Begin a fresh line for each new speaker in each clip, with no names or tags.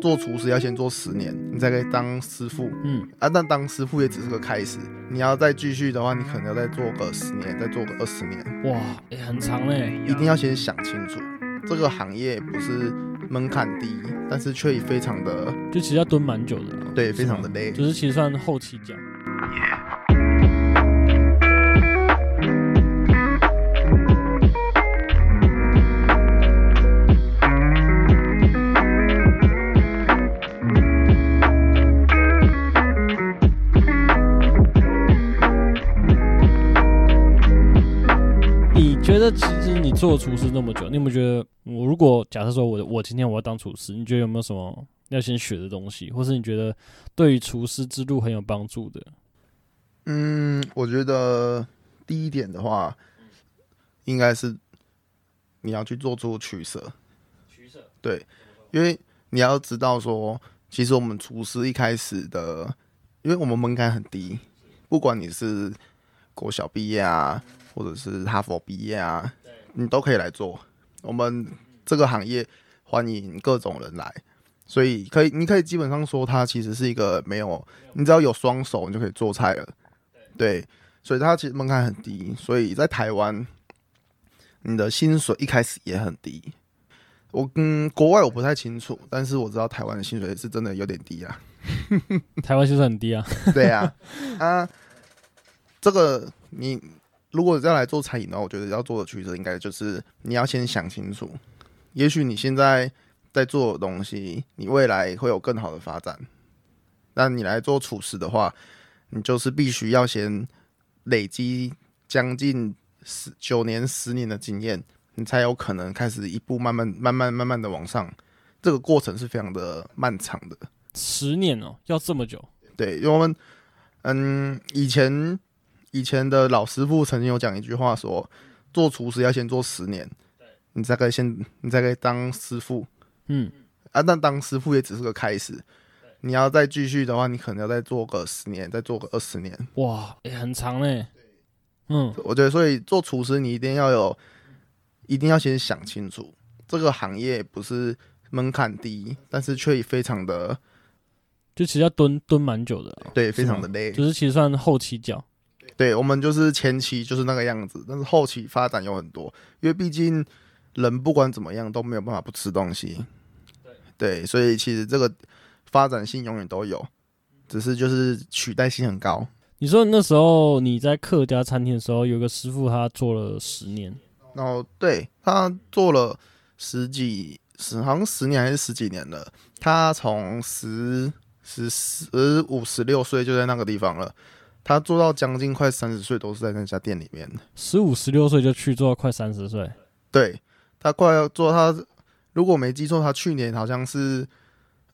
做厨师要先做十年，你才可以当师傅
嗯，
啊。但当师傅也只是个开始，你要再继续的话，你可能要再做个十年，再做个二十年，
哇，欸很长嘞，
一定要先想清楚。这个行业不是门槛低，但是却非常的
就其实要蹲蛮久的啊，
对，
是
非常
吗
的累。
就是其实算后期讲。你觉得，其实你做厨师那么久，你有没有觉得，我如果假设说我我今天我要当厨师，你觉得有没有什么要先学的东西，或是你觉得对于厨师之路很有帮助的？
嗯，我觉得第一点的话，应该是你要去做出取舍。取舍。对，因为你要知道说，其实我们厨师一开始的，因为我们门槛很低，不管你是国小毕业啊，或者是哈佛毕业啊，你都可以来做。我们这个行业欢迎各种人来。所以可以，你可以基本上说，它其实是一个没有，你只要有双手，你就可以做菜了。对，所以它其实门槛很低，所以在台湾，你的薪水一开始也很低。我跟、国外我不太清楚，但是我知道台湾的薪水是真的有点低啊。
台湾薪水很低啊，
对啊，啊，这个你如果要来做餐饮的话，我觉得要做的取舍应该就是你要先想清楚，也许你现在在做的东西，你未来会有更好的发展。那你来做厨师的话，你就是必须要先累积将近十九年、十年的经验，你才有可能开始一步慢慢、慢慢、慢慢的往上。这个过程是非常的漫长的。
十年哦、要这么久，
对，因为我们嗯，以前以前的老师傅曾经有讲一句话说，做厨师要先做十年，你才可以先你才可以当师傅
嗯，
啊。但当师傅也只是个开始，你要再继续的话，你可能要再做个十年，再做个二十年。
哇，欸很长嘞，嗯，
我觉得，所以做厨师你一定要有，一定要先想清楚，这个行业不是门槛低，但是却非常的
就其实要蹲蹲蛮久的啊、
对，非常的累。
就是其实算后期讲。
对，我们就是前期就是那个样子，但是后期发展有很多，因为毕竟人不管怎么样都没有办法不吃东西。对，所以其实这个发展性永远都有，只是就是取代性很高。
你说那时候你在客家餐厅的时候，有个师傅他做了十年，
然后对他做了十几十，好像十年还是十几年了。他从十十十五十六岁就在那个地方了，他做到将近快三十岁都是在那家店里面。
十五十六岁就去做到快三十岁，
对他快要做他，如果没记错，他去年好像是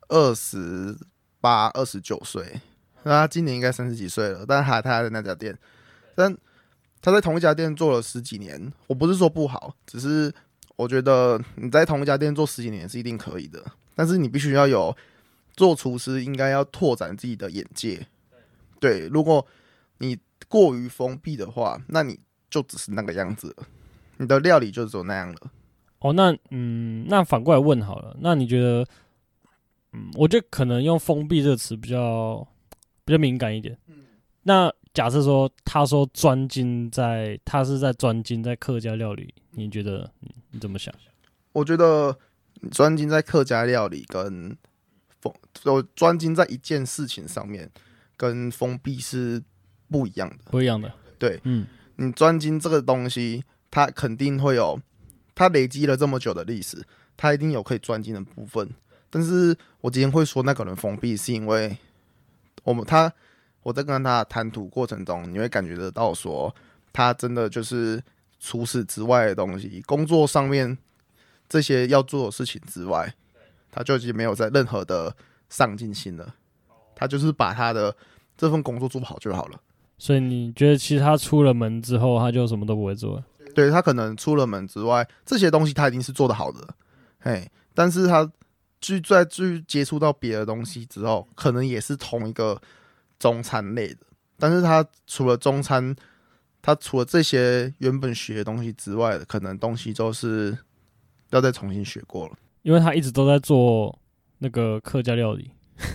二十八、二十九岁，那他今年应该三十几岁了，但还他还在那家店，但他在同一家店做了十几年，我不是说不好，只是我觉得你在同一家店做十几年是一定可以的，但是你必须要有做厨师应该要拓展自己的眼界，对，如果你过于封闭的话，那你就只是那个样子了。你的料理就只有那样了。
哦，那嗯，那反过来问好了，那你觉得，嗯，我觉得可能用封闭这个词比较比较敏感一点。
嗯
那假设说他说专精在，他是在专精在客家料理，你觉得你你怎么想？
我觉得专精在客家料理跟封，我专精在一件事情上面，跟封闭是不一样的。
不一样的，
对
嗯，
你专精这个东西，它肯定会有，它累积了这么久的历史，它一定有可以专精的部分。但是我今天会说那个人封闭，是因为我们他我在跟他谈吐过程中，你会感觉得到说，他真的就是除此之外的东西，工作上面这些要做的事情之外，他就已经没有在任何的上进心了。他就是把他的这份工作做好就好了。
所以你觉得其实他出了门之后，他就什么都不会做了？
对他可能出了门之外，这些东西他一定是做得好的，嘿，但是他去再去接触到别的东西之后，可能也是同一个中餐类的，但是他除了中餐，他除了这些原本学的东西之外，可能东西都是要再重新学过了。
因为他一直都在做那个客家料理，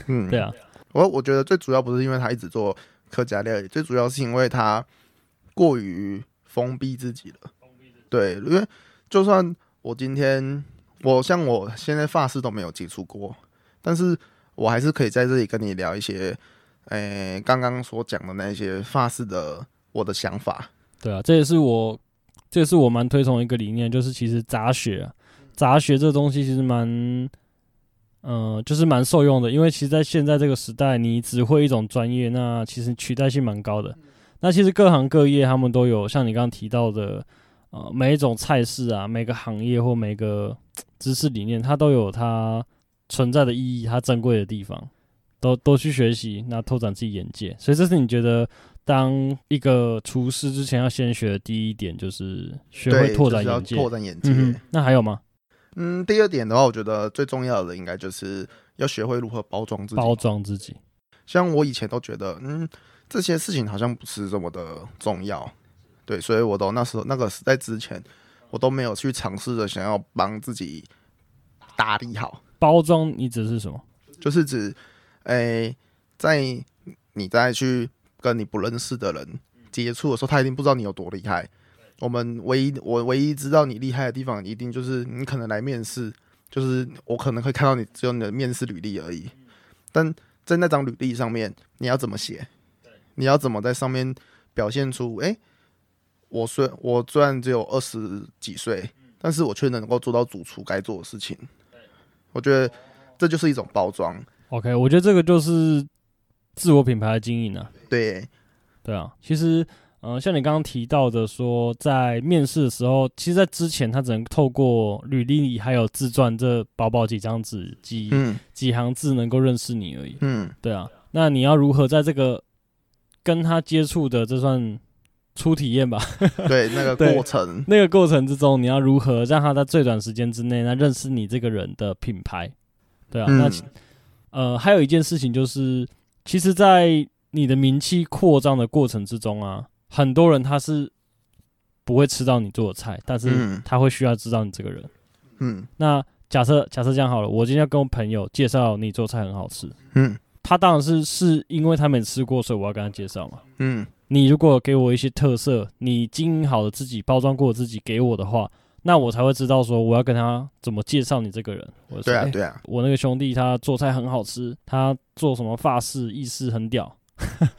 嗯，
对啊，
我我觉得最主要不是因为他一直做客家料理，最主要是因为他过于封闭自己了。对，因为就算我今天我像我现在发饰都没有接触过，但是我还是可以在这里跟你聊一些，诶、刚刚所讲的那些发饰的我的想法。
对啊，这也是我，这也是我蛮推崇的一个理念，就是其实杂学、啊，杂学这东西其实蛮，呃，就是蛮受用的，因为其实在现在这个时代，你只会一种专业，那其实取代性蛮高的。那其实各行各业他们都有，像你刚刚提到的，呃，每一种菜式啊，每个行业或每个知识理念，它都有它存在的意义，它珍贵的地方，都都去学习，那拓展自己眼界。所以这是你觉得当一个厨师之前要先学的第一点，就是学
对，
会
就
拓
是
展
要
眼界。
拓展眼界。
嗯哼，那还有吗？
嗯，第二点的话，我觉得最重要的应该就是要学会如何包装自己。
包装自己，
像我以前都觉得，嗯，这些事情好像不是这么的重要，对，所以我都那时候那个时代之前，我都没有去尝试着想要帮自己打理好，
包装你指的是什么？
就是指，诶、在你再去跟你不认识的人接触的时候，他一定不知道你有多厉害。我们唯一我唯一知道你厉害的地方，一定就是你可能来面试，就是我可能会看到你只有你的面试履历而已。但在那张履历上面，你要怎么写？你要怎么在上面表现出？诶、我虽我虽然只有二十几岁，但是我却能够做到主厨该做的事情。我觉得这就是一种包装。
OK，我觉得这个就是自我品牌的经营啊。
对，
对啊，其实，呃，像你刚刚提到的说，在面试的时候，其实，在之前他只能透过履历还有自传这薄薄几张纸、几、
嗯
几行字能够认识你而已。
嗯，
对啊，那你要如何在这个跟他接触的这算初体验吧，
嗯对，那个
对
过程，
那个过程之中，你要如何让他在最短时间之内，那认识你这个人的品牌？对啊，那
嗯
其呃，还有一件事情就是，其实，在你的名气扩张的过程之中啊，很多人他是不会吃到你做的菜，但是
嗯
他会需要知道你这个人。
嗯
那假设假设这样好了，我今天要跟我朋友介绍你做菜很好吃，
嗯
他当然是是因为他没吃过，所以我要跟他介绍嘛。
嗯
你如果给我一些特色，你经营好的自己，包装过的自己给我的话，那我才会知道说我要跟他怎么介绍你这个人。我就说
对啊
欸
对啊，
我那个兄弟他做菜很好吃，他做什么法式、意式很屌。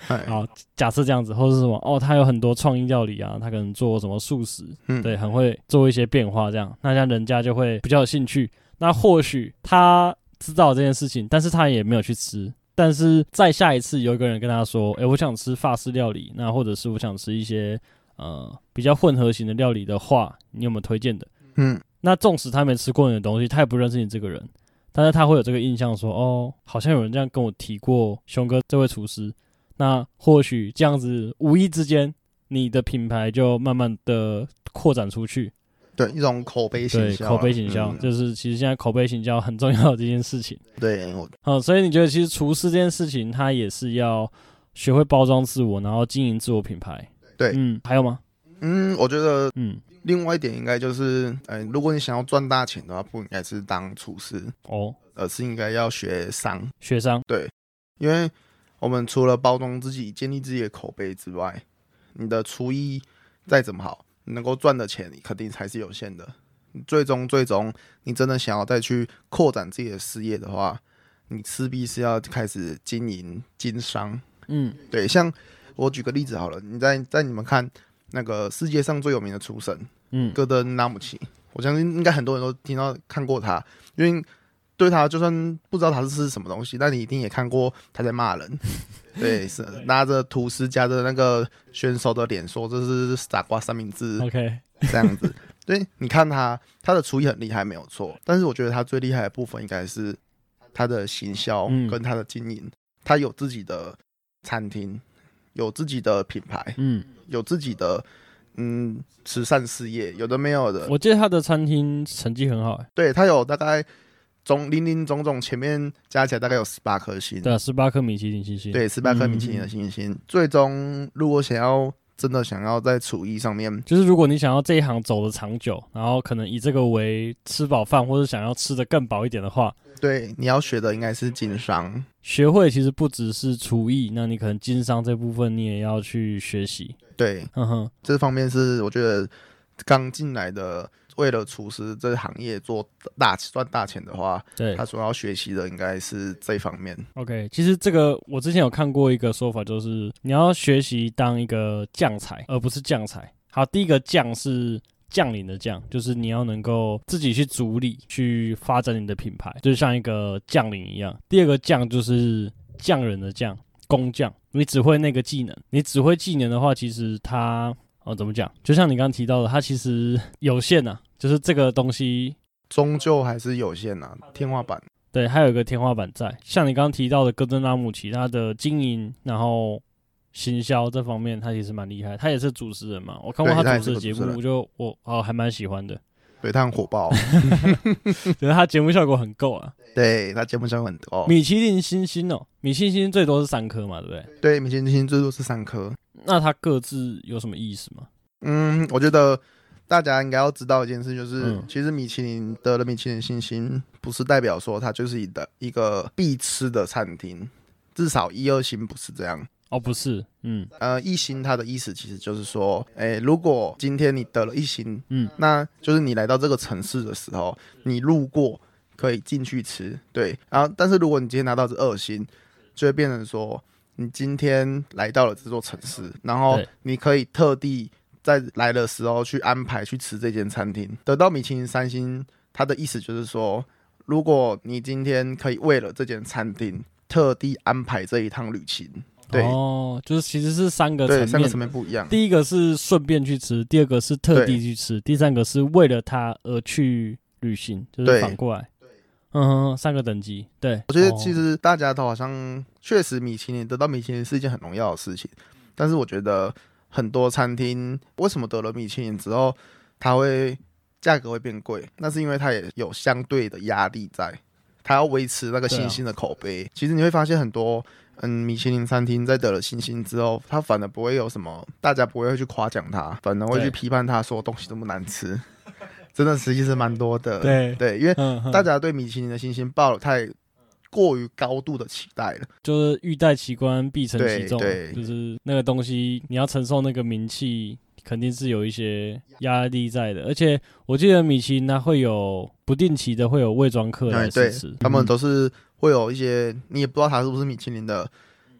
哎，
好，假设这样子，或是什么哦，他有很多创意料理啊，他可能做什么素食，
嗯，
对，很会做一些变化，这样那像人家就会比较有兴趣。那或许他知道这件事情，但是他也没有去吃。但是再下一次有一个人跟他说：“诶、我想吃法式料理，那或者是我想吃一些呃比较混合型的料理的话，你有没有推荐的？”
嗯
那纵使他没吃过你的东西，他也不认识你这个人，但是他会有这个印象说，哦，好像有人这样跟我提过熊哥这位厨师。那或许这样子无意之间，你的品牌就慢慢的扩展出去，
对，一种口碑行
对，
销啊，
口碑行销，
嗯
就是其实现在口碑行销很重要的一件事情。
对我，
好，所以你觉得其实厨师这件事情，他也是要学会包装自我，然后经营自我品牌。
对
嗯，还有吗？
嗯，我觉得
嗯，
另外一点应该就是，哎，如果你想要赚大钱的话，不应该是当厨师，
哦，
而是应该要学商，
学商，
因为我们除了包装自己、建立自己的口碑之外，你的厨艺再怎么好，你能够赚的钱肯定还是有限的。最终，最终，你真的想要再去扩展自己的事业的话，你势必是要开始经营经商。
嗯，
对，像我举个例子好了，你在在你们看那个世界上最有名的厨神
嗯，
戈登拉姆齐，我相信应该很多人都听到看过他，因为对他就算不知道他是什么东西，但你一定也看过他在骂人。对，是拿着吐司夹着那个选手的脸说这是傻瓜三明治
OK，
这样子。对，你看他他的厨艺很厉害没有错，但是我觉得他最厉害的部分应该是他的行销
嗯
跟他的经营，他有自己的餐厅，有自己的品牌，
嗯。
有自己的嗯慈善事业，有的没有的。
我记得他的餐厅成绩很好、欸，
对他有大概总零零总总前面加起来大概有十八颗星，
对啊，十八颗米其林星星，
对，十八颗米其林的星星。最终如果想要真的想要在厨艺上面，
就是如果你想要这一行走的长久，然后可能以这个为吃饱饭，或者想要吃的更饱一点的话，
对，你要学的应该是经商。
学会其实不只是厨艺，那你可能经商这部分你也要去学习。
对，
嗯哼，
这方面是我觉得刚进来的，为了厨师这个行业做大赚大钱的话，
对
他所要学习的应该是这方面。
，OK。其实这个我之前有看过一个说法，就是你要学习当一个将才，而不是将才。好，第一个将是将领的将，就是你要能够自己去主理，去发展你的品牌，就像一个将领一样。第二个将就是匠人的匠，工匠，你只会那个技能，你只会技能的话，其实它哦怎么讲？就像你刚刚提到的，它其实有限呐、就是这个东西
终究还是有限呐、天花板。
对，还有一个天花板在。像你刚刚提到的戈登拉姆齐，他的经营，然后行销这方面，他其实蛮厉害。他也是主持人嘛，我看过
对他
主持的
也是
节
个主持
目，
人
我就我哦还蛮喜 欢的，
对，他很火爆，
觉得他节目效果很够啊。
对他节目效果很多。
米其林星星哦，米其林星星最多是三颗嘛，对不对？
对，米其林最多是三颗。
那它各自有什么意思吗？
嗯，我觉得大家应该要知道一件事，就是、
嗯
其实米其林得了米其林星星，不是代表说它就是一的一个必吃的餐厅，至少一二星不是这样。
哦，不是，嗯
呃，一星它的意思其实就是说，哎、如果今天你得了一星，
嗯，
那就是你来到这个城市的时候，你路过可以进去吃，对。然后，但是如果你今天拿到这二星，就会变成说，你今天来到了这座城市，然后
对
你可以特地在来的时候去安排去吃这间餐厅。得到米其林三星，它的意思就是说，如果你今天可以为了这间餐厅特地安排这一趟旅行，对。
哦，就是其实是三个
对，
层
三个
面
层。面不一样。
第一个是顺便去吃，第二个是特地
对
去吃，第三个是为了它而去旅行，就是
对
反过来。嗯，三个等级，对。哦
我觉得其实大家都好像确实米其林得到米其林是一件很荣耀的事情，但是我觉得很多餐厅为什么得了米其林之后，它会价格会变贵，那是因为它也有相对的压力在，它要维持那个
对啊
星星的口碑。其实你会发现很多。嗯，米其林餐厅在得了星星之后，它反而不会有什么，大家不会去夸奖它，反而会
对
去批判它说东西这么难吃， 真的实际是蛮多的。
对
对，因为
嗯，嗯
大家对米其林的星星抱了太过于高度的期待了。
就是欲戴其冠，必承其
对
重，啊
对
就是那个东西，你要承受那个名气，肯定是有一些压力在的。而且我记得米其林它会有不定期的会有伪装客来
哎，对
试吃，嗯
他们都是会有一些你也不知道它是不是米其林的，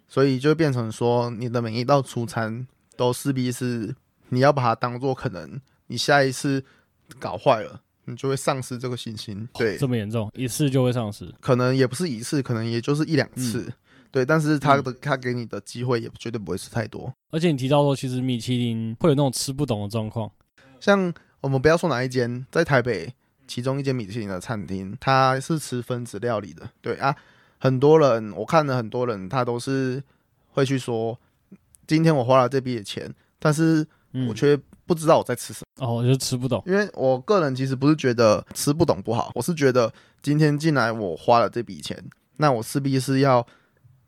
所以就变成说你的每一道出餐都势必是你要把它当做可能你下一次搞坏了，你就会丧失这个信心。对，
这么严重，一次就会丧失。
可能也不是一次，可能也就是一两次。对，但是他的他给你的机会也绝对不会是太多。
而且你提到说，其实米其林会有那种吃不懂的状况，
像我们不要说哪一间，在台北其中一间米其林的餐厅，它是吃分子料理的。对啊，很多人我看了很多人，他都是会去说，今天我花了这笔的钱，但是
嗯
我，却不知道我在吃什么。
哦，我就吃不懂，
因为我个人其实不是觉得吃不懂不好，我是觉得今天进来我花了这笔钱，那我势必是要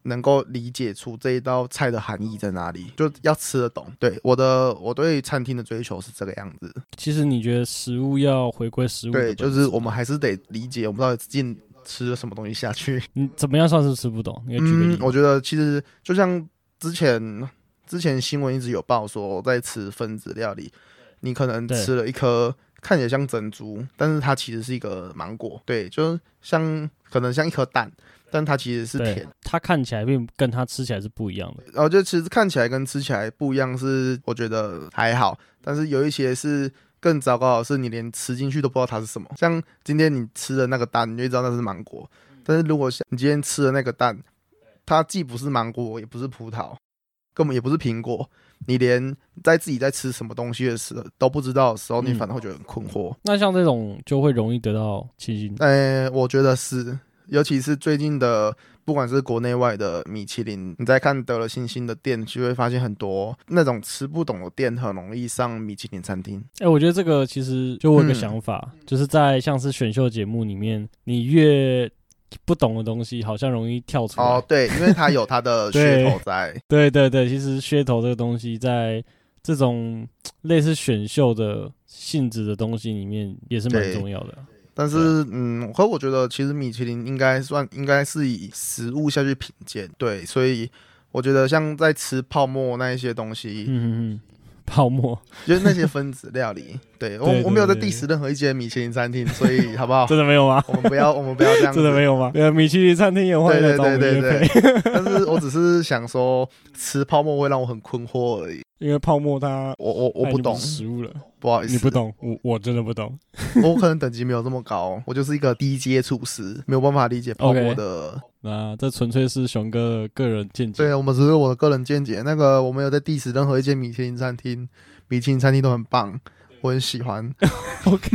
能够理解出这一道菜的含义在哪里，就要吃得懂。对我的我对餐厅的追求是这个样子。
其实你觉得食物要回归食物的
对，
本质，
就是我们还是得理解，我们到底进吃了什么东西下去。
你怎么样算是吃不懂？你可以举个例
嗯，
子。
我觉得其实就像之前之前新闻一直有报说，在吃分子料理，你可能
对
吃了一颗看起来像珍珠，但是它其实是一个芒果。对，就像可能像一颗蛋，但它其实是
对
甜。
它看起来并跟它吃起来是不一样的。
然后就其实看起来跟吃起来不一样，是我觉得还好，但是有一些是更糟糕的是，你连吃进去都不知道它是什么。像今天你吃的那个蛋，你就知道那是芒果，但是如果像你今天吃的那个蛋，它既不是芒果，也不是葡萄，根本也不是苹果，你连在自己在吃什么东西的时候都不知道的时候，你
嗯
反而会觉得很困惑。
那像这种就会容易得到七星。
呃，我觉得是，尤其是最近的，不管是国内外的米其林，你在看得了星星的店，就会发现很多那种吃不懂的店很容易上米其林餐厅。
哎、我觉得这个其实就我有
嗯
个想法，就是在像是选秀节目里面，你越不懂的东西，好像容易跳
哦
出来。
哦，对，因为它有它的
对
噱头在。
对对对，其实噱头这个东西在这种类似选秀的性质的东西里面也是蛮
对
重要的啊、
但是，嗯，可我觉得其实米其林应该算应该是以食物下去品鉴，对，所以我觉得像在吃泡沫那一些东西，
嗯嗯嗯，泡沫
就是那些分子料 理。对我
对对
我没有在
对
diss 任何一间米其林餐厅，所以好不 好？
真的没有吗？
我们不要我们不要这样子
真的没。有吗？对，米其林餐厅也欢迎来找我们
对对
约
对
配，
但是我只是想说，吃泡沫会让我很困惑而已。
因为泡沫它
我我我
它已
不
经
懂，
是食物了，
不好意思，
你不懂，我我真的不懂。
我可能等级没有这么高，我就是一个低阶厨师，没有办法理解泡沫
OK
的。
那这纯粹是熊哥的个人见解。
对，我们只是我的个人见解。那个我没有在 diss 任何一间米其林餐厅，米其林餐厅都很棒，我很喜 欢。
OK，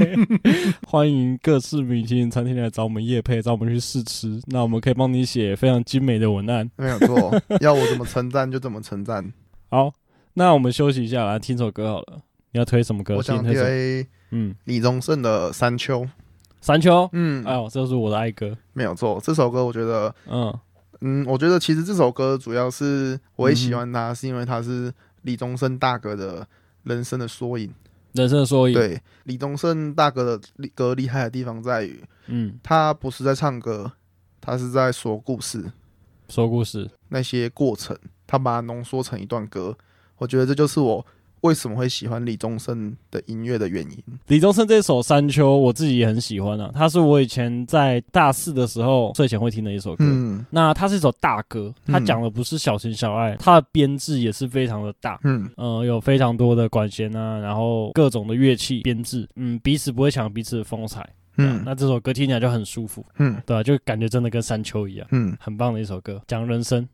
欢迎各式米其林餐厅来找我们夜配，找我们去试吃。那我们可以帮你写非常精美的文案。
没有错，要我怎么称赞就怎么称赞。
好，那我们休息一下，来听首歌好了。你要推什么歌？
我
先
想
推什么？
推
嗯，
李宗盛的《山丘》。
山丘。
嗯，
哎呦，这是我的爱歌。
没有错，这首歌我觉得，
嗯
嗯，我觉得其实这首歌主要是我也喜
嗯哼
欢它，是因为它是李宗盛大哥的人生的缩影。
人生的缩影。，
对，李宗盛大哥的厉歌厉害的地方在于，
嗯，
他不是在唱歌，他是在说故事。
说故事。
那些过程，他把它浓缩成一段歌。我觉得这就是我为什么会喜欢李宗盛的音乐的原因。
李宗盛这首《山丘》，我自己也很喜欢啊，它是我以前在大四的时候睡前会听的一首歌。
嗯
那它是一首大歌，它
嗯
讲的不是小情小爱，它的编制也是非常的大。
嗯，
呃，有非常多的管弦啊，然后各种的乐器编制，嗯，彼此不会抢彼此的风采。对啊
嗯
那这首歌听起来就很舒服，
嗯
对啊，就感觉真的跟山丘一样，
嗯
很棒的一首歌，讲人生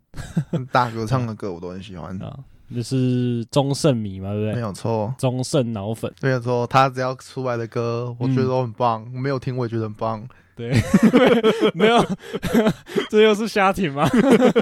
嗯， 大哥唱的歌我都很喜欢，
啊，就是中盛迷嘛，对不
没
对？
有错，哦
中盛脑粉，
没有错。他只要出来的歌，我觉得都很棒。我没有听，我也觉得很棒。
对， 没有，这又是瞎听吗？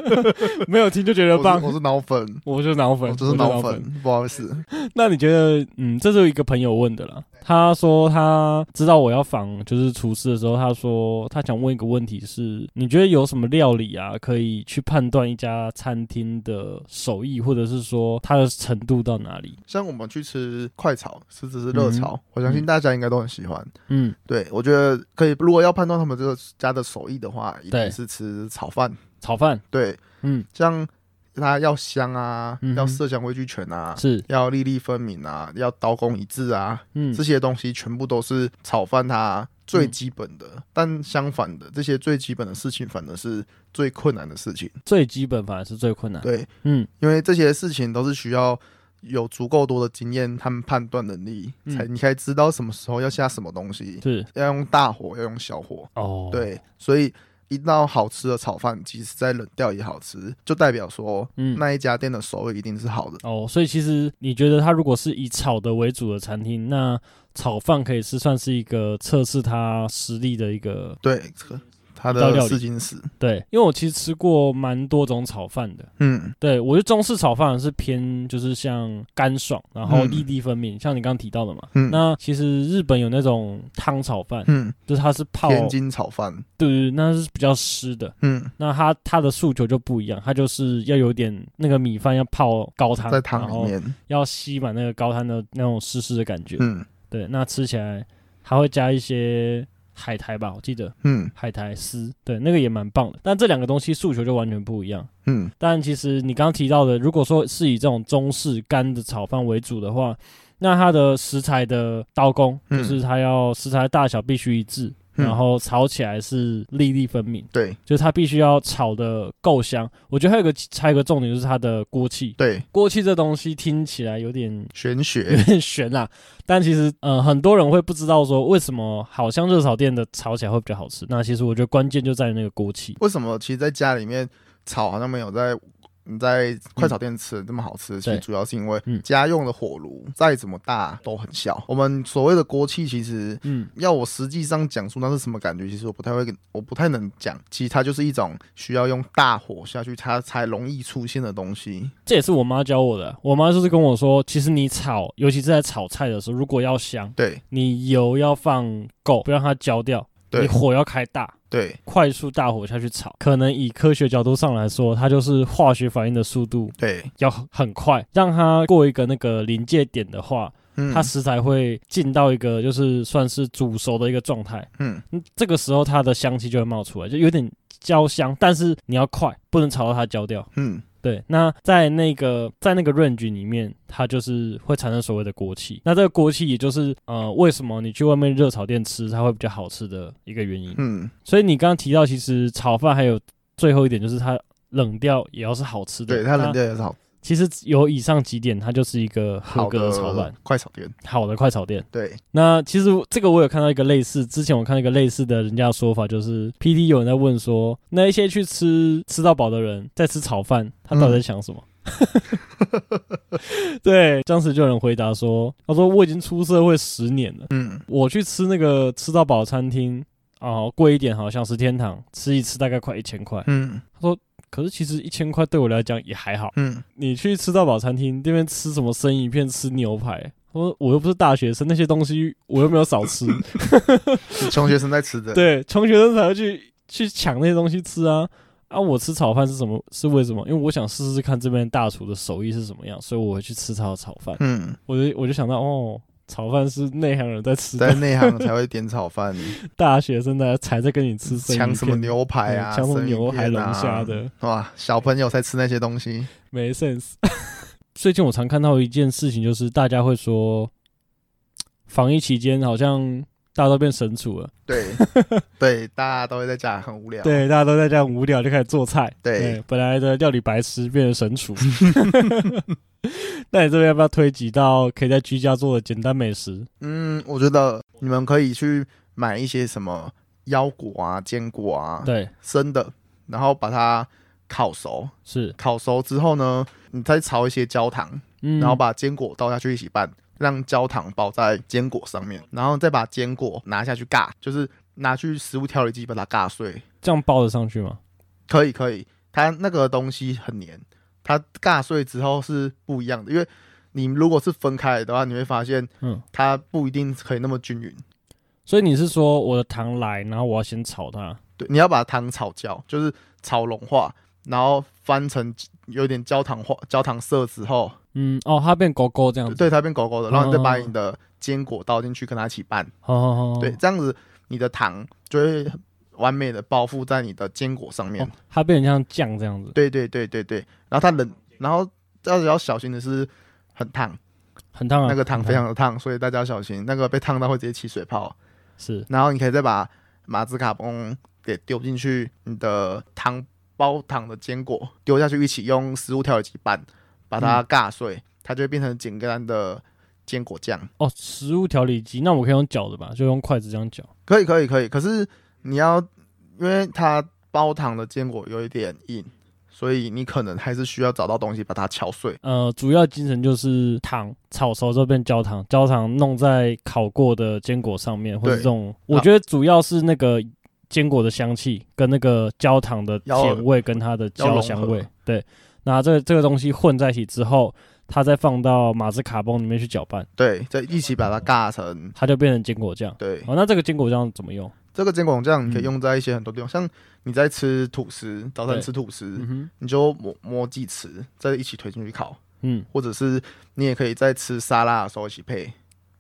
没有听就觉得
我
棒
是，我是脑粉，
我就是脑粉，
我
我
就是
脑
脑粉，不好意思。
那你觉得，嗯，这是一个朋友问的啦。他说他知道我要访就是厨师的时候，他说他想问一个问题是，你觉得有什么料理啊，可以去判断一家餐厅的手艺，或者是说它的程度到哪里？
像我们去吃快炒，是只是热炒，
嗯
我相信大家应该都很喜欢。
嗯，
对，我觉得可以。如果要判断他们这个家的手艺的话，一
对
定是吃炒饭。
炒饭，
对，
嗯，
像它要香啊，
嗯哼
要色香味俱全啊，
是，
要粒粒分明啊，要刀工一致啊，
嗯
这些东西全部都是炒饭它最基本的。但相反的，这些最基本的事情反而是最困难的事情。
最基本反而是最困难。
对，
嗯，
因为这些事情都是需要。有足够多的经验和判断能力，
嗯
才你才知道什么时候要下什么东西，
是，
要用大火，要用小火。
哦，，
对，所以一道好吃的炒饭，即使再冷掉也好吃，就代表说
嗯，
那一家店的手艺一定是好的。
哦，所以其实你觉得他如果是以炒的为主的餐厅，那炒饭可以是算是一个测试他实力的一个
对，这个它
一道料
的
理
四金石，
对，因为我其实吃过蛮多种炒饭的。
嗯
对，我觉得中式炒饭是偏就是像干爽，然后
嗯
粒粒分明，像你刚刚提到的嘛。
嗯
那其实日本有那种汤炒饭，
嗯，
就是它是泡，
天
对
津炒饭，
对对，那是比较湿的。
嗯，
那它它的诉求就不一样，它就是要有点那个米饭要泡高汤，
在汤
然
里
后
面，
要吸满那个高汤的那种湿湿的感觉。
嗯
对，那吃起来还会加一些海苔吧，我记得
嗯
海苔丝，对，那个也蛮棒的。但这两个东西诉求就完全不一样。
嗯，
但其实你刚刚提到的，如果说是以这种中式干的炒饭为主的话，那它的食材的刀工，
嗯
就是它要食材大小必须一致，
嗯
然后炒起来是粒粒分明，
对
就是它必须要炒的够香。我觉得还有一个还有一个重点就是它的锅气，
对，
锅气这东西听起来有点。
玄
有
学，
点悬啦、但其实，呃，很多人会不知道说为什么好像热炒店的炒起来会比较好吃。那其实我觉得关键就在于那个锅气。
为什么其实在家里面炒好像没有在。你在快炒店吃的这么好吃，其实
对
主要是因为
嗯
家用的火炉再怎么大都很小。我们所谓的锅气，其实
嗯，
要我实际上讲述那是什么感觉，其实我不太会跟，我不太能讲。其实它就是一种需要用大火下去，它才容易出现的东西。
这也是我妈教我的。我妈就是跟我说，其实你炒，尤其是在炒菜的时候，如果要香，
对
你油要放够，不让它焦掉；
对
你火要开大，
对
快速大火下去炒，可能以科学角度上来说，它就是化学反应的速度
对，
要很快，让它过一个那个临界点的话，
嗯，
它食材会进到一个就是算是煮熟的一个状态，
嗯
嗯这个时候它的香气就会冒出来，就有点焦香，但是你要快，不能炒到它焦掉。
嗯
对，那在那个在那个 range 里面，它就是会产生所谓的锅气。那这个锅气也就是呃，为什么你去外面热炒店吃它会比较好吃的一个原因。
嗯，
所以你刚刚提到，其实炒饭还有最后一点就是它冷掉也要是好吃的。
对，它冷
那
掉也是好
其实有以上几点，它就是一个合
好
格
的
的炒饭，
快炒店，
好的快炒店。
对，
那其实这个我有看到一个类似，之前我看到一个类似的人家的说法，就是 P D 有人在问说，那一些去吃吃到饱的人在吃炒饭，他到底在想什么？ 对，当时就有人回答说，他说我已经出社会十年了。
嗯
我去吃那个吃到饱餐厅哦，贵一点好像是天堂，吃一次大概快一千块。
嗯
可是其实一千块对我来讲也还好。
嗯，
你去吃到饱餐厅那边吃什么生鱼片、吃牛排，我我又不是大学生，那些东西我又没有 少吃。
是穷学生在吃的，
对，穷学生才会去去抢那些东西吃啊。啊，我吃炒饭是什么？是为什么？因为我想试试看这边大厨的手艺是什么样，所以我会去吃他的炒 饭。
嗯，
我就我就想到，哦，炒饭是内行人在吃的
在内行才会点炒 饭，
大学生呢才在跟你吃 生鱼
抢什么
片
牛排
嗯
啊，
抢什么
生鱼
牛
片
海龙
啊
虾，的，
哇，小朋友才吃那些东西，
没 sense。最近我常看到一件事情，就是大家会说，防疫期间好像大家都变神厨了，
对对，大家都会在家很无聊，
对，大家都在家无聊就开始做菜，
对
本来的料理白痴变成神 厨。那你这边要不要推及到可以在居家做的简单美食？
嗯，我觉得你们可以去买一些什么腰果啊、坚果啊，
对，
生的，然后把它烤熟，
是，
烤熟之后呢，你再炒一些焦糖，
嗯，
然后把坚果倒下去一起拌，让焦糖包在坚果上面，然后再把坚果拿下去尬，就是拿去食物调理机把它尬碎，
这样包得上去吗？
可以可以，它那个东西很黏，它尬碎之后是不一样的，因为你如果是分开来的话，你会发现
嗯，
它不一定可以那么均匀。
所以你是说我的糖来，然后我要先炒它，
对，你要把糖炒焦，就是炒融化，然后翻成有点焦糖化、焦糖色之后，
嗯，哦，它变勾勾这样子，
对，它变狗狗的，然后你再把
哦
你的坚果倒进去跟它一起拌，
好好好，好
对，，这样子你的糖就会完美的包覆在你的坚果上面。
哦它变成像酱这样子，
对对对对对，然后它冷，然后大家要小心的是很烫，
很烫啊，
那个糖
很
非常的烫，所以大家要小心，那个被烫到会直接起水泡。
是
然后你可以再把马兹卡崩给丢进去你的糖包糖的坚果丢下去一起用食物调理机拌，把
嗯
它尬碎，它就会变成简单的坚果酱。
哦，食物调理机，那我可以用搅的吧，就用筷子这样搅，
可以，可以，可以。可是你要，因为它包糖的坚果有一点硬，所以你可能还是需要找到东西把它敲碎。
呃，主要精神就是糖炒熟之后变焦糖，焦糖弄在烤过的坚果上面，或者
对
这种，我觉得主要是那个坚果的香气跟那个焦糖的
要
甜味跟它的焦
要
香
融合
味，对，那这个这个东西混在一起之后，它再放到马斯卡崩里面去搅拌，
对，再一起把它尬成。
它就变成坚果酱。
对，
哦，那这个坚果酱怎么用？
这个坚果酱你可以
嗯
用在一些很多地方，像你在吃吐司，早餐
对
吃吐司，
嗯哼，
你就磨磨几匙，再一起推进去烤。
嗯，
或者是你也可以在吃沙拉的时候一起配，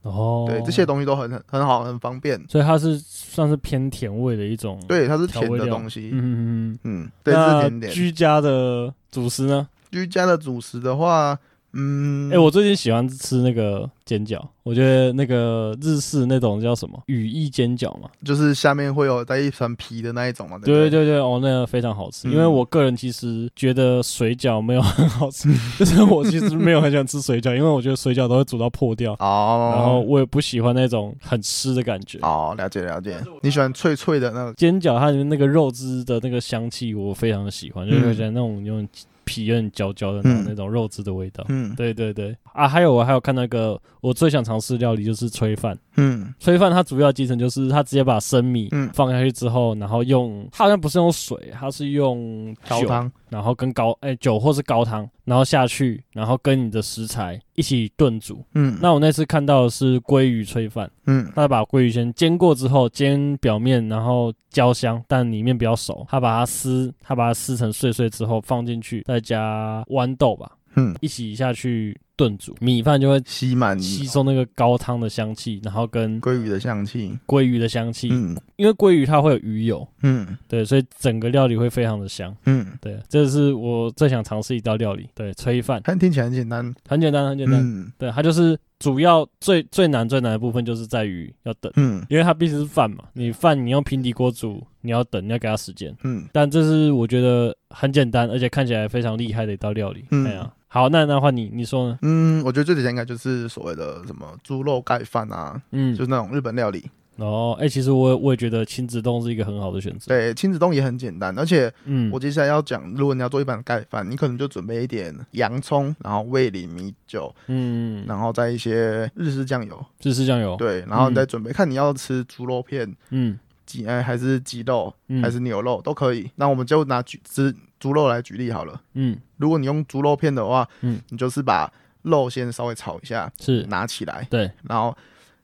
哦，
对，这些东西都很很很好，很方便。
所以它是算是偏甜味的一种。，
对，它是甜
调味
的
料
东西，嗯
嗯嗯嗯。
对，这是
那
甜点。
居家的主食呢？
居家的主食的话，嗯，
哎、我最近喜欢吃那个煎饺，我觉得那个日式那种叫什么羽翼煎饺嘛，
就是下面会有带一层皮的那一种嘛，
对
不
对对对，哦，那个非常好吃。
嗯
因为我个人其实觉得水饺没有很 好吃，就是我其实没有很喜欢吃水饺，因为我觉得水饺都会煮到破掉，然后
哦，
我也不喜欢那种很湿的感觉。
哦，了解了解。你喜欢脆脆的那个，
煎饺它里面那个肉汁的那个香气，我非常的喜欢，就是有点那种有点皮有点焦焦的那种
嗯
那种肉汁的味道。
嗯，
对对对啊，还有我还有看到一个我最想尝试料理就是炊饭。
嗯
炊饭它主要精神就是它直接把生米
嗯
放下去之后，然后用它好像不是用水，它是用
高
酒，
汤，
然后跟高哎、酒或是高汤，然后下去，然后跟你的食材一起炖煮。
嗯
那我那次看到的是鲑鱼炊饭，
嗯
他把鲑鱼先煎过之后，煎表面然后焦香，但里面比较熟。他把它撕，他把它撕成碎碎之后放进去，再加豌豆吧，
嗯，
一起下去炖煮，米饭就会
吸满
吸收那个高汤的香气，然后跟
鲑鱼的香气，
鲑鱼的香气，
嗯
因为鲑鱼它会有鱼油，
嗯
对，所以整个料理会非常的香。
嗯，
对，这是我最想尝试一道料理，对，炊饭
看听起来很简单，
很简单，很简单。
嗯
对，它就是主要最最难最难的部分就是在于要等。
嗯
因为它毕竟是饭嘛，你饭你用平底锅煮，你要等，你要给它时间。
嗯，
但这是我觉得很简单，而且看起来非常厉害的一道料理。
嗯
哎呀，好，那那换你，你说呢？
嗯，我觉得最简单应该就是所谓的什么猪肉盖饭啊，
嗯
就，是那种日本料理。
然后哎，其实我也我也觉得亲子冻是一个很好的选择。，
对，亲子冻也很简单，而且
嗯
我，接下来要讲，如果你要做一般的盖饭，你可能就准备一点洋葱，然后味淋米酒，
嗯，
然后再一些日式酱油，
芝士酱油，，
对，然后你再准备，看你要吃猪肉片、
嗯
鸡哎还是鸡肉
嗯，
还是牛肉都可以。那我们就拿举猪猪肉来举例好了。
嗯
如果你用猪肉片的话，
嗯，
你就是把肉先稍微炒一下，
是，
拿起来，
对，
然后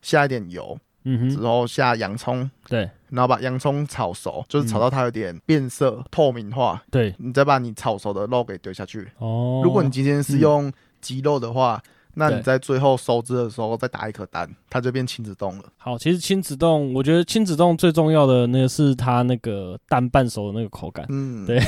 下一点油，
嗯
之
哼，
后下洋葱，
对
然后把洋葱炒熟，就是炒
嗯
到它有点变色、透明化，
对，
你再把你炒熟的肉给丢下去。
哦，嗯
如果你今天是用鸡肉的话，那你
对
在最后收汁的时候再打一颗蛋，它就变亲子冻了。
好，其实亲子冻，我觉得亲子冻最重要的那个是它那个蛋半熟的那个口感。
嗯，
对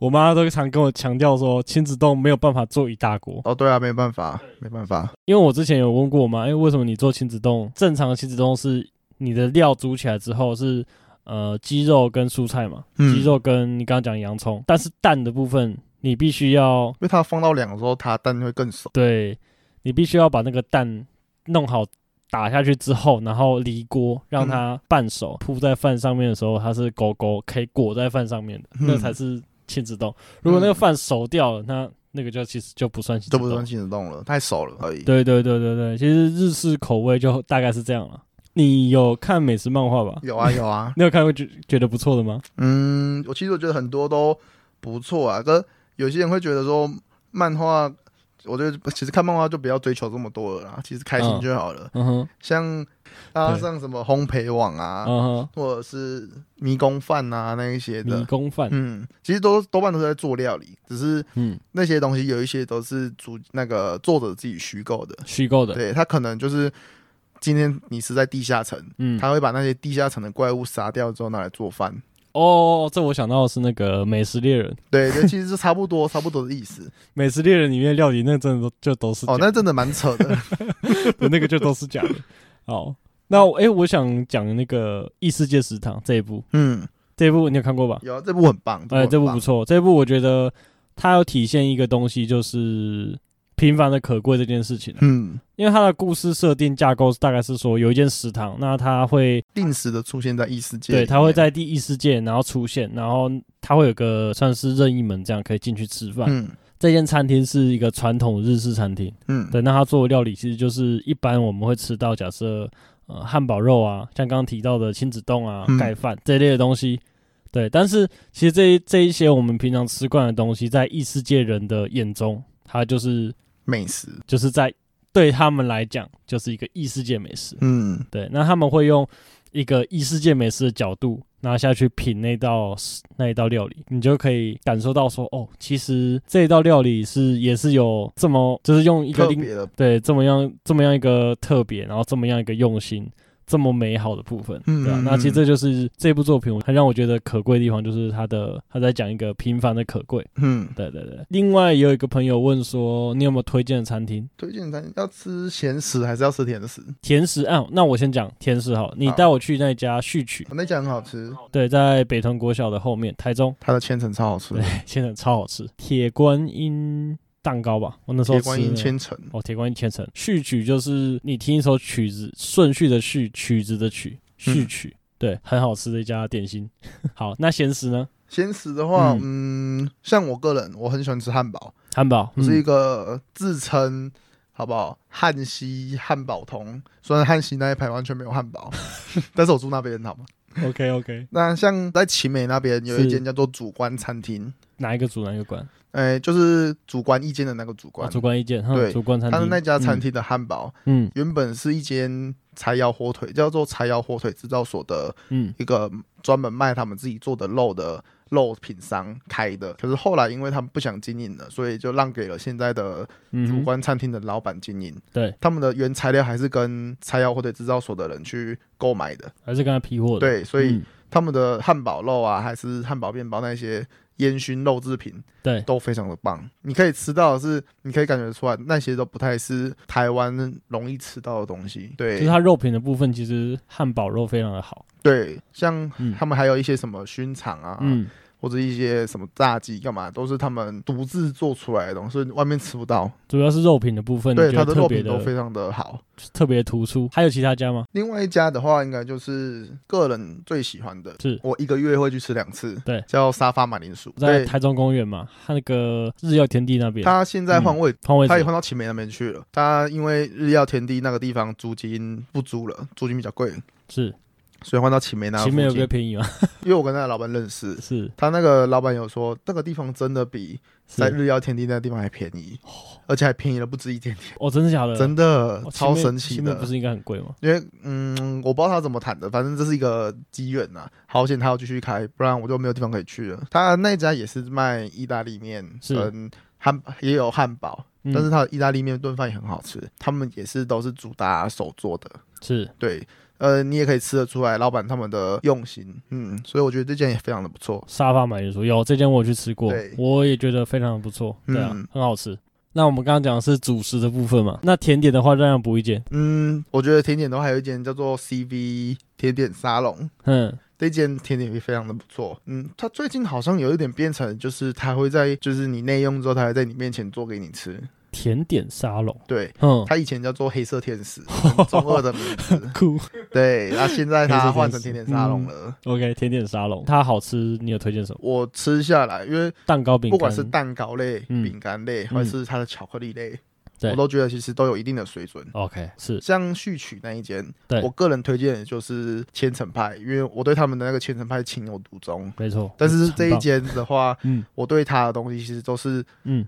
我妈都常跟我强调说，亲子冻没有办法做一大锅，
哦，对啊，没办法，没办法。
因为我之前有问过我妈，哎、为什么你做亲子冻？正常的亲子冻是你的料煮起来之后是呃鸡肉跟蔬菜嘛，
嗯
鸡肉跟你刚刚讲洋葱，但是蛋的部分你必须要
因为它放到凉的时候，它蛋会更熟。
对，你必须要把那个蛋弄好。打下去之后，然后离锅，让
嗯
它半熟，铺在饭上面的时候，它是勾勾可以裹在饭上面的，
嗯
那才是亲子冻。如果那个
嗯
饭熟掉了，那那个就其实就不算亲子
这
冻，
不算亲子冻了，太熟了而已。
对对对对对，其实日式口味就大概是这样了。你有看美食漫画吧？
有啊有啊，
你有看过觉觉得不错的吗？
嗯，我其实我觉得很多都不错啊，可有些人会觉得说漫画，我觉得其实看漫画就不要追求这么多了啦，其实开心
嗯
就好了。
嗯哼，
像大家
对
上什么烘焙网啊，
嗯哼，
或者是迷宫饭啊那一些
迷
的，
宫饭，
嗯，其实都多半都是在做料理，只是
嗯，
那些东西有一些都是主那个作者自己虚构的，
虚构的，
对他可能就是今天你是在地下城，
嗯，
他会把那些地下城的怪物杀掉之后拿来做饭，
哦，这我想到的是那个《美食猎人》，《
对，这其实是差不多 差不多的意思。
美食猎人》里面的料理那真的都就都是
哦，
假
那真的蛮扯 的。
的，那个就都是假 的。好，那我哎，我想讲那个《异世界食堂》这一部，
嗯，
这一部你有看过吧？
有这部很棒，
哎，这
部很
部不
棒
错，这部我觉得它有体现一个东西，就是平凡的可贵这件事情啊。
嗯，
因为它的故事设定架构大概是说，有一间食堂，那它会
定时的出现在异世界里
对
面，
它会在第一世界，然后出现，然后它会有个算是任意门，这样可以进去吃饭。
嗯
这间餐厅是一个传统日式餐厅，
嗯
对，那它做的料理其实就是一般我们会吃到，假设呃汉堡肉啊，像刚刚提到的亲子冻啊
嗯、
盖饭这一类的东西。对，但是其实这一这一些我们平常吃惯的东西，在异世界人的眼中，它就是
美食，
就是在对他们来讲，就是一个异世界美食。
嗯
对，那他们会用一个异世界美食的角度，然后下去品那道食那一道料理，你就可以感受到说，哦，其实这一道料理是也是有这么，就是用一个
特
另
别的，
对这么样这么样一个特别，然后这么样一个用心。这么美好的部分，
嗯
对啊
嗯，
那其实
嗯
这就是这部作品，很让我觉得可贵的地方，就是它的它在讲一个平凡的可贵。
嗯，
对对对。另外也有一个朋友问说，你有没有推荐的餐厅？
推荐餐要吃咸食还是要吃甜食？
甜食啊，那我先讲甜食好了，你
好
带我去那家序曲，
我那家很好吃，
对，在北屯国小的后面，台中，
它的千层超好吃
对，，千层超好吃，铁观音蛋糕吧，我那时候
铁
吃
观音
了
千层，
哦，铁观音千层序曲就是你听一首曲子，顺序的序，曲子的曲，序
嗯
曲，对，很好吃的一家点心。 好，那咸食呢？
咸食的话，嗯嗯，像我个人我很喜欢吃汉堡，
汉堡，
我是一
嗯
个自称好不好？汉西汉堡通，虽然汉西那一排完全没有汉 堡，但是我住那边好吗？
OK OK，
那像在奇美那边有一间
是
叫做主观餐厅，
哪一个主哪一个管？
哎、就是主观意见的那个主观，
啊主观意见，哈
对
主观餐
他的
厅。
那家餐厅的汉堡、
嗯，
原本是一间柴窑火腿，叫做柴窑火腿制造所的
嗯
一个专门卖他们自己做的肉的肉品商开的，可是后来因为他们不想经营了，所以就让给了现在的
嗯
主
嗯哼，
观餐厅的老板经营。
对，
他们的原材料还是跟柴窑火腿制造所的人去购买的，
还是跟他批货的。
对，所以
嗯
他们的汉堡肉啊，还是汉堡面包那些烟熏肉制品
对，
都非常的棒。你可以吃到的是，你可以感觉出来那些都不太是台湾容易吃到的东西。
就是
对
它肉品的部分，其实汉堡肉非常的好。
对，像
嗯
他们还有一些什么熏肠啊，
嗯，
或者一些什么炸鸡干嘛，都是他们独自做出来的东西，外面吃不到。
主要是肉品的部分，
对，
你
它
觉
的
得
肉
特别
品都
的
非常的好。
特别突出。还有其他家吗？
另外一家的话，应该就是个人最喜欢的，
是
我一个月会去吃两次。
对
叫沙发马铃薯。
在
对，
台中公园嘛，它那个日耀天地那边，
他现在换位
嗯换位
他也
置
换到秦美那边去了。他因为日耀天地那个地方租金不租了，租金比较贵，
是
所以换到秦美那附
前
近。
面有个便宜嘛，
因为我跟那个老板认识，
是
他那个老板有说，那个地方真的比在
是，
日耀天地那个地方还便宜，而且还便宜了不止一点点，
哦，真的假的？
真的
哦前
超
面
神奇
前面
的
不。是应该很贵吗？
因为嗯，我不知道他怎么谈的，反正这是一个机缘呐。好险他要继续开，不然我就没有地方可以去了。他那家也是卖意大利面，
是
嗯，汉也有汉堡，
嗯
但是它的意大利面炖饭也很好吃，他们也是都是主打手做的，
是
对，呃，你也可以吃得出来老板他们的用心，嗯，所以我觉得这件也非常的不错。
沙发买的薯，有这间我有去吃过
对，
我也觉得非常的不错，对啊
嗯，
很好吃。那我们刚刚讲的是主食的部分嘛，那甜点的话，再让补一间，
嗯，我觉得甜点的话还有一间叫做 CV 甜点沙龙，
嗯，
这间甜点也非常的不错。嗯，它最近好像有一点变成，就是它会在就是你内用之后，它会在你面前做给你吃。
甜点沙龙，
对，
嗯，。
它以前叫做黑色天使，很中二的名字
酷
对，那现在
黑色
它
天
换成
使嗯
甜点沙龙了。
，OK，甜点沙龙，它好吃，你有推荐什么？
我吃下来，因为
蛋糕饼干，
不管是蛋糕类、
嗯
饼干类，
嗯
还是它的巧克力类，
对
我都觉得其实都有一定的水准。
，OK，是
像序曲那一间
对，
我个人推荐的就是千层派，因为我对他们的那个千层派情有独钟。
没错，
但是
很
这一
棒，
间的话，
嗯
我对它的东西其实都是，
嗯，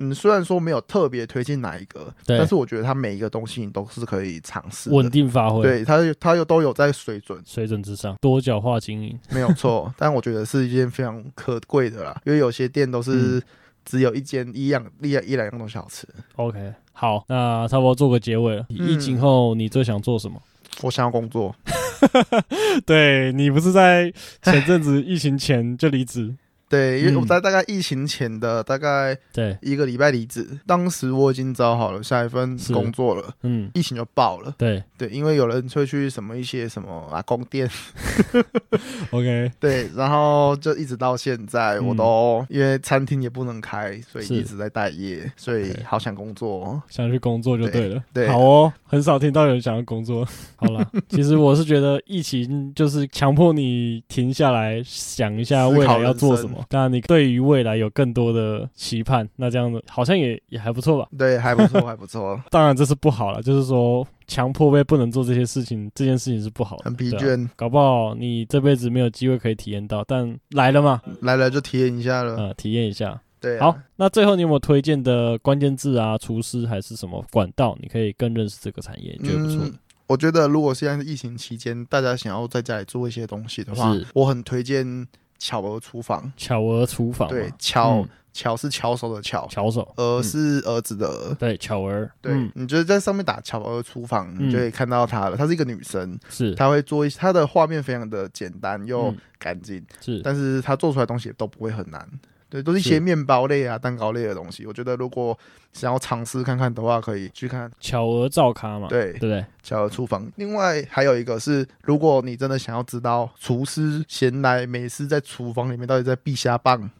嗯，虽然说没有特别推荐哪一个，
对
但是我觉得它每一个东西你都是可以尝试的
稳，定发挥，
对它它又都有在水准，
水准之上，多角化经营，
没有错， 但我觉得是一件非常可贵的啦，因为有些店都
嗯
是只有一间一样一一两样东西好吃。
OK，好，嗯那差不多做个结尾了。疫情后你最想做什么？
我想要工作，
对你不是在前阵子疫情前就离职？
对，因为
嗯
我在大概疫情前的大概
对，
一个礼拜离职，当时我已经找好了下一份
是
工作了，
嗯，
疫情就爆了。
对
对，因为有人会去什么一些什么啊供店，
，OK，
对，然后就一直到现在，
嗯
我都、因为餐厅也不能开，所以
是
一直在待业，所以
OK
好想工作哦。
想去工作就对了。
对对
好哦，很少听到有人想要工作。 好了，其实我是觉得疫情就是强迫你停下来想一下未来要做什
思考人
么，那你对于未来有更多的期盼，那这样子好像也也还不错吧。
对，还不 错，还不错，
当然这是不好了，就是说强迫被不能做这些事情，这件事情是不好的，
很疲
对啊
倦，
搞不好你这辈子没有机会可以体验到，但来了嘛，
来了就体验一下了。
呃，体验一下。
对、啊，
嗯好，那最后你有没有推荐的关键字啊、厨师还是什么管道，你可以更认识这个产业，你觉得不错的
嗯。我觉得如果现在是疫情期间，大家想要在家里做一些东西的话
是，
我很推荐巧儿厨房。
巧儿厨房嘛，
对，巧、
嗯
巧是巧手的巧，
巧手，
儿是儿子的儿。
对，巧儿，
对，
嗯
你就是在上面打巧儿厨房，
嗯
你就可以看到她了。她是一个女生，
是
她会做一，她的画面非常的简单又
嗯
干净，
是，
但是她做出来的东西也都不会很难。对，都是一
是
些面包类啊、蛋糕类的东西。我觉得如果想要尝试看看的话，可以去看。
巧儿照咖嘛，
对
啊对，不对？
小的厨房。另外还有一个是，如果你真的想要知道厨师闲来没事在厨房里面到底在避虾 棒，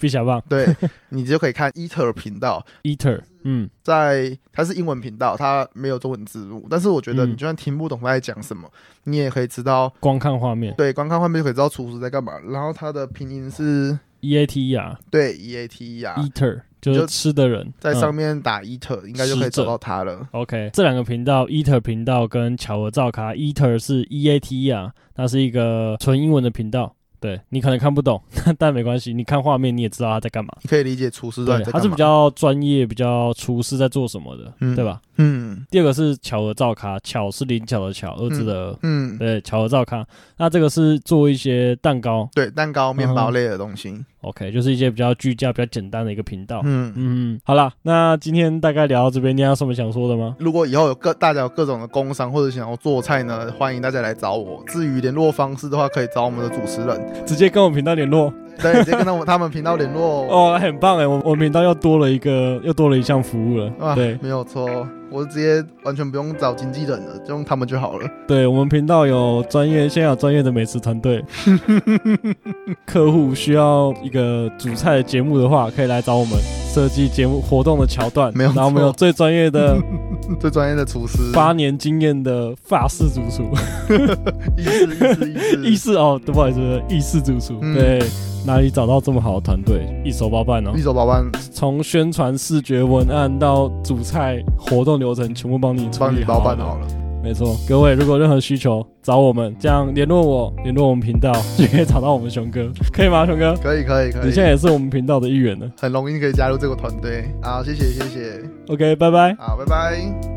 必小棒
对你就可以看 Eater 频道，
，Eater，嗯，
在它是英文频道，它没有中文字幕，但是我觉得
嗯
你就算听不懂他在讲什么，你也可以知道，
光看画面，
对，光看画面就可以知道厨师在干嘛。然后它的拼音是
E A T E R
对 E A T E R，
Eater 就是
就
吃的人，
在
嗯
上面打 Eater 应该就可以找到他了。
OK，这两个频道，Eater 频道跟巧合造咖，Eater 是 E A T E 啊，那是一个纯英文的频道。对你可能看不懂， 但没关系，你看画面你也知道他在干嘛。
你可以理解厨师在
对，
在
他是
干
比
嘛？
较专业、比较厨师在做什么的，
嗯
对吧？
嗯
第二个是巧合造咖，巧是灵巧的巧，二字的、
嗯，
对，巧合造咖。那这个是做一些蛋糕
对，蛋糕、面
嗯
包
哼
类的东西。
，OK，就是一些比较居家、比较简单的一个频道。嗯
嗯，
嗯，好啦，那今天大概聊到这边，你还有什么想说的吗？
如果以后有各大家有各种的工商或者想要做菜呢，欢迎大家来找我。至于联络方式的话，可以找我们的主持人，
直接跟我频道联络。
对，直接跟他 们他们频道联络哦。
哦，很棒哎，我我们频道又多了一个，又多了一项服务了。
啊，
哦对
没有错，我直接完全不用找经纪人了，就用他们就好了。
对，我们频道有专业，现在有专业的美食团 队。客户需要一个主菜的节目的话，可以来找我们设计节目活动的桥段。
没有
然后我们
错
有最专业 的
最专业的厨师，
八年经验的法式主厨。
意思意思意思
意式哦，对不好意思，意式主厨，
嗯
对，哪里找到这么好的团队，一手包办哦
一，手包办，
从宣传、视觉、文案到主菜、活动流程，全部帮你处
帮
理
你包办
好
好
了。
了。
没错，各位如果有任何需求找我们，这样联络我，联络我们频道就可以找到我们熊哥，可以吗？熊哥，
可以可以可
你现在
以，
也是我们频道的一员了。
很容易可以加入这个团队。好，谢谢谢谢，
OK，拜拜。
好，拜拜。